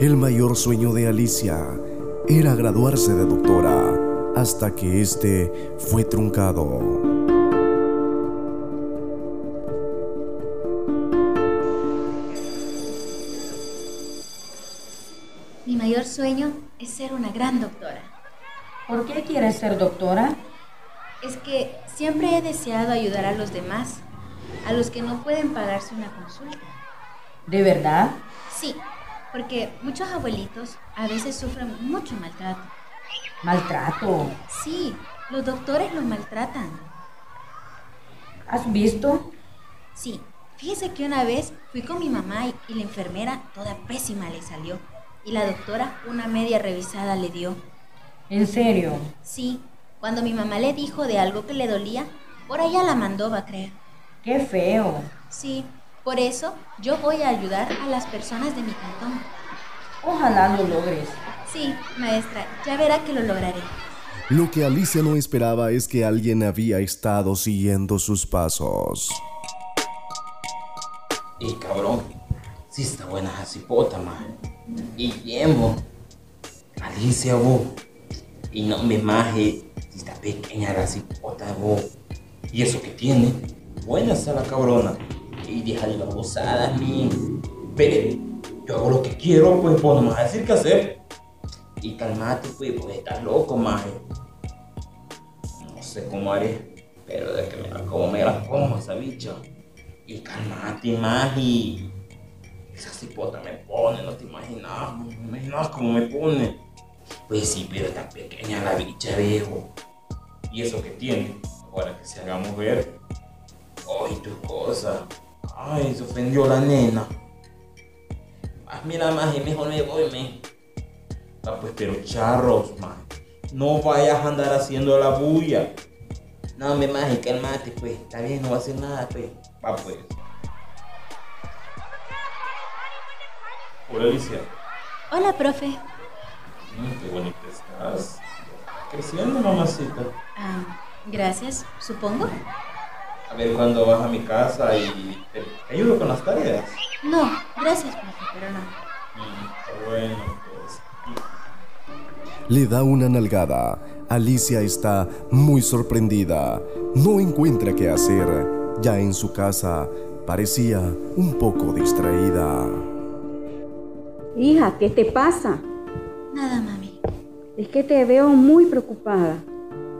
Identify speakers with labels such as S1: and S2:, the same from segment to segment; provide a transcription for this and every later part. S1: El mayor sueño de Alicia era graduarse de doctora, hasta que este fue truncado.
S2: Mi mayor sueño es ser una gran doctora.
S3: ¿Por qué quieres ser doctora?
S2: Es que siempre he deseado ayudar a los demás, a los que no pueden pagarse una consulta.
S3: ¿De verdad?
S2: Sí, porque muchos abuelitos a veces sufren mucho maltrato.
S3: Maltrato.
S2: Sí, los doctores los maltratan.
S3: ¿Has visto?
S2: Sí, fíjese que una vez fui con mi mamá y, y la enfermera toda pésima le salió y la doctora una media revisada le dio.
S3: ¿En serio?
S2: Sí, cuando mi mamá le dijo de algo que le dolía, por allá la mandó, va a creer.
S3: ¡Qué feo!
S2: Sí, por eso yo voy a ayudar a las personas de mi cantón.
S3: Ojalá lo logres.
S2: Sí, maestra, ya verá que lo lograré.
S1: Lo que Alicia no esperaba es que alguien había estado siguiendo sus pasos.
S4: Y cabrón, si está buena jacipota, maje. Y yemo. Alicia, vos. Y no me maje. Si está pequeña la cipota, vos. Y eso que tiene. Buena está la cabrona. Y deja de babosadas, mi. Pero yo hago lo que quiero, pues, vos no me vas a decir qué hacer. Y calmate, pues, vos estás loco, maje. No sé cómo haré. Pero de que me la como, me la como esa bicha. Y calmate, maje. Esa cipota me pone, no te imaginas, no te imaginas cómo me pone. Pues sí, pero tan pequeña la bicha, viejo. Y eso que tiene, ahora que se hagamos ver. Ay, tu cosa. Ay, se ofendió la nena. Ah, mira, más y mejor me voy, me. Ah, pues, pero charros, más. No vayas a andar haciendo la bulla. No, me más, calmate, pues. Está bien, no va a hacer nada, pues. Va, pues.
S5: Hola Alicia,
S2: Hola, profe.
S5: Mm, qué bonita estás. Creciendo, mamacita.
S2: Ah, gracias, supongo.
S5: A ver cuándo vas a mi casa y te te ayudo con las tareas.
S2: No, gracias, profe, pero no.
S5: Mm, qué bueno, pues.
S1: Le da una nalgada. Alicia está muy sorprendida. No encuentra qué hacer. Ya en su casa, parecía un poco distraída.
S6: Hija, ¿qué te pasa?
S2: Nada, mami.
S6: Es que te veo muy preocupada.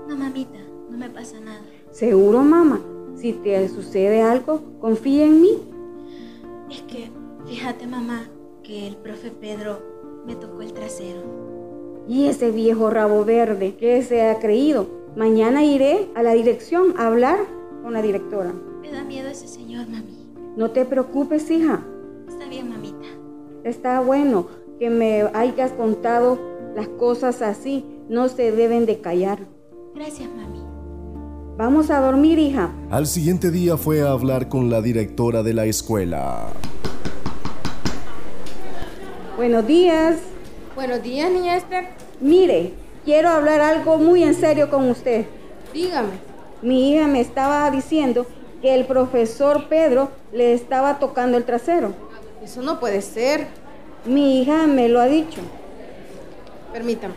S2: No, mamita, no me pasa nada.
S6: Seguro, mamá, si te sucede algo, confía en mí.
S2: Es que, fíjate, mamá, que el profe Pedro me tocó el trasero.
S6: Y ese viejo rabo verde que se ha creído. Mañana iré a la dirección a hablar con la directora.
S2: Me da miedo ese señor, mami.
S6: No te preocupes, hija.
S2: Está bien, mamita.
S6: Está bueno que me hayas contado las cosas así. No se deben de callar.
S2: Gracias, mami.
S6: Vamos a dormir, hija.
S1: Al siguiente día fue a hablar con la directora de la escuela.
S6: Buenos días.
S7: Buenos días, niña Esther.
S6: Mire, quiero hablar algo muy en serio con usted.
S7: Dígame.
S6: Mi hija me estaba diciendo que el profesor Pedro le estaba tocando el trasero.
S7: Eso no puede ser.
S6: Mi hija me lo ha dicho.
S7: Permítame.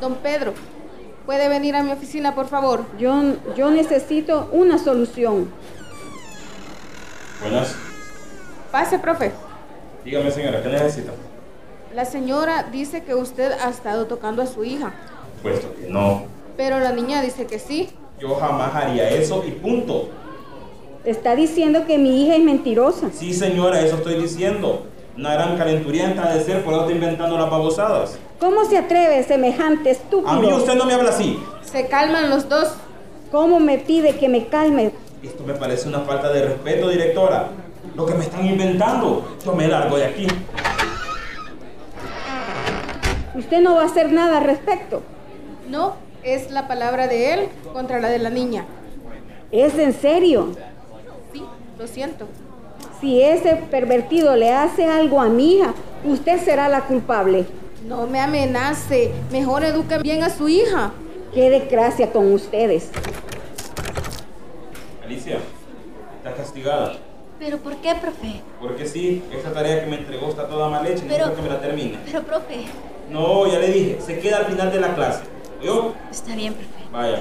S7: Don Pedro, ¿puede venir a mi oficina, por favor?
S6: Yo, yo necesito una solución.
S5: Buenas.
S7: Pase, profe.
S5: Dígame, señora, ¿qué necesita?
S7: La señora dice que usted ha estado tocando a su hija,
S5: Puesto que no.
S7: pero la niña dice que sí.
S5: Yo jamás haría eso y punto.
S6: Está diciendo que mi hija es mentirosa.
S5: Sí, señora, eso estoy diciendo. Una gran calenturienta ha de ser por andarte inventando las babosadas.
S6: ¿Cómo se atreve semejante
S5: A mí
S6: estúpido?
S5: usted no me habla así.
S7: Se calman los dos.
S6: ¿Cómo me pide que me calme?
S5: Esto me parece una falta de respeto, directora. Lo que me están inventando. Yo me largo de aquí.
S6: Usted no va a hacer nada al respecto.
S7: No, es la palabra de él contra la de la niña.
S6: ¿Es en serio?
S7: Sí, lo siento.
S6: Si ese pervertido le hace algo a mi hija, usted será la culpable.
S7: No me amenace. Mejor eduque bien a su hija.
S6: Qué desgracia con ustedes.
S4: Alicia, estás castigada.
S2: ¿Pero por qué, profe?
S4: Porque sí, esa tarea que me entregó está toda mal hecha y
S2: Pero-
S4: necesito que me la termine.
S2: Pero, profe,
S4: No, ya le dije, se queda al final de la clase. ¿Yo?
S2: está bien, profe.
S4: Vaya.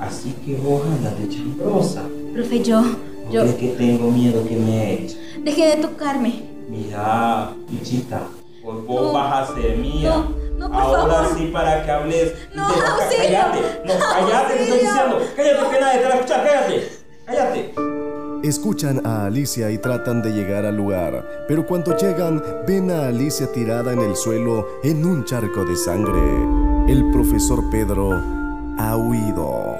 S8: Así que vos andas de chambrosa.
S2: Profe, yo, yo,
S8: Es que tengo miedo que me eche.
S2: dejé de tocarme.
S4: Mira, pichita, pues vos
S2: No.
S4: vas a ser mía.
S2: No, no, por
S4: Ahora
S2: favor.
S4: sí para que hables.
S2: No,
S4: Y te-
S2: auxilio.
S4: Cállate, no, cállate, te estoy diciendo. Cállate que nadie te va a escuchar, cállate. Cállate.
S1: Escuchan a Alicia y tratan de llegar al lugar, pero cuando llegan ven a Alicia tirada en el suelo en un charco de sangre. El profesor Pedro ha huido.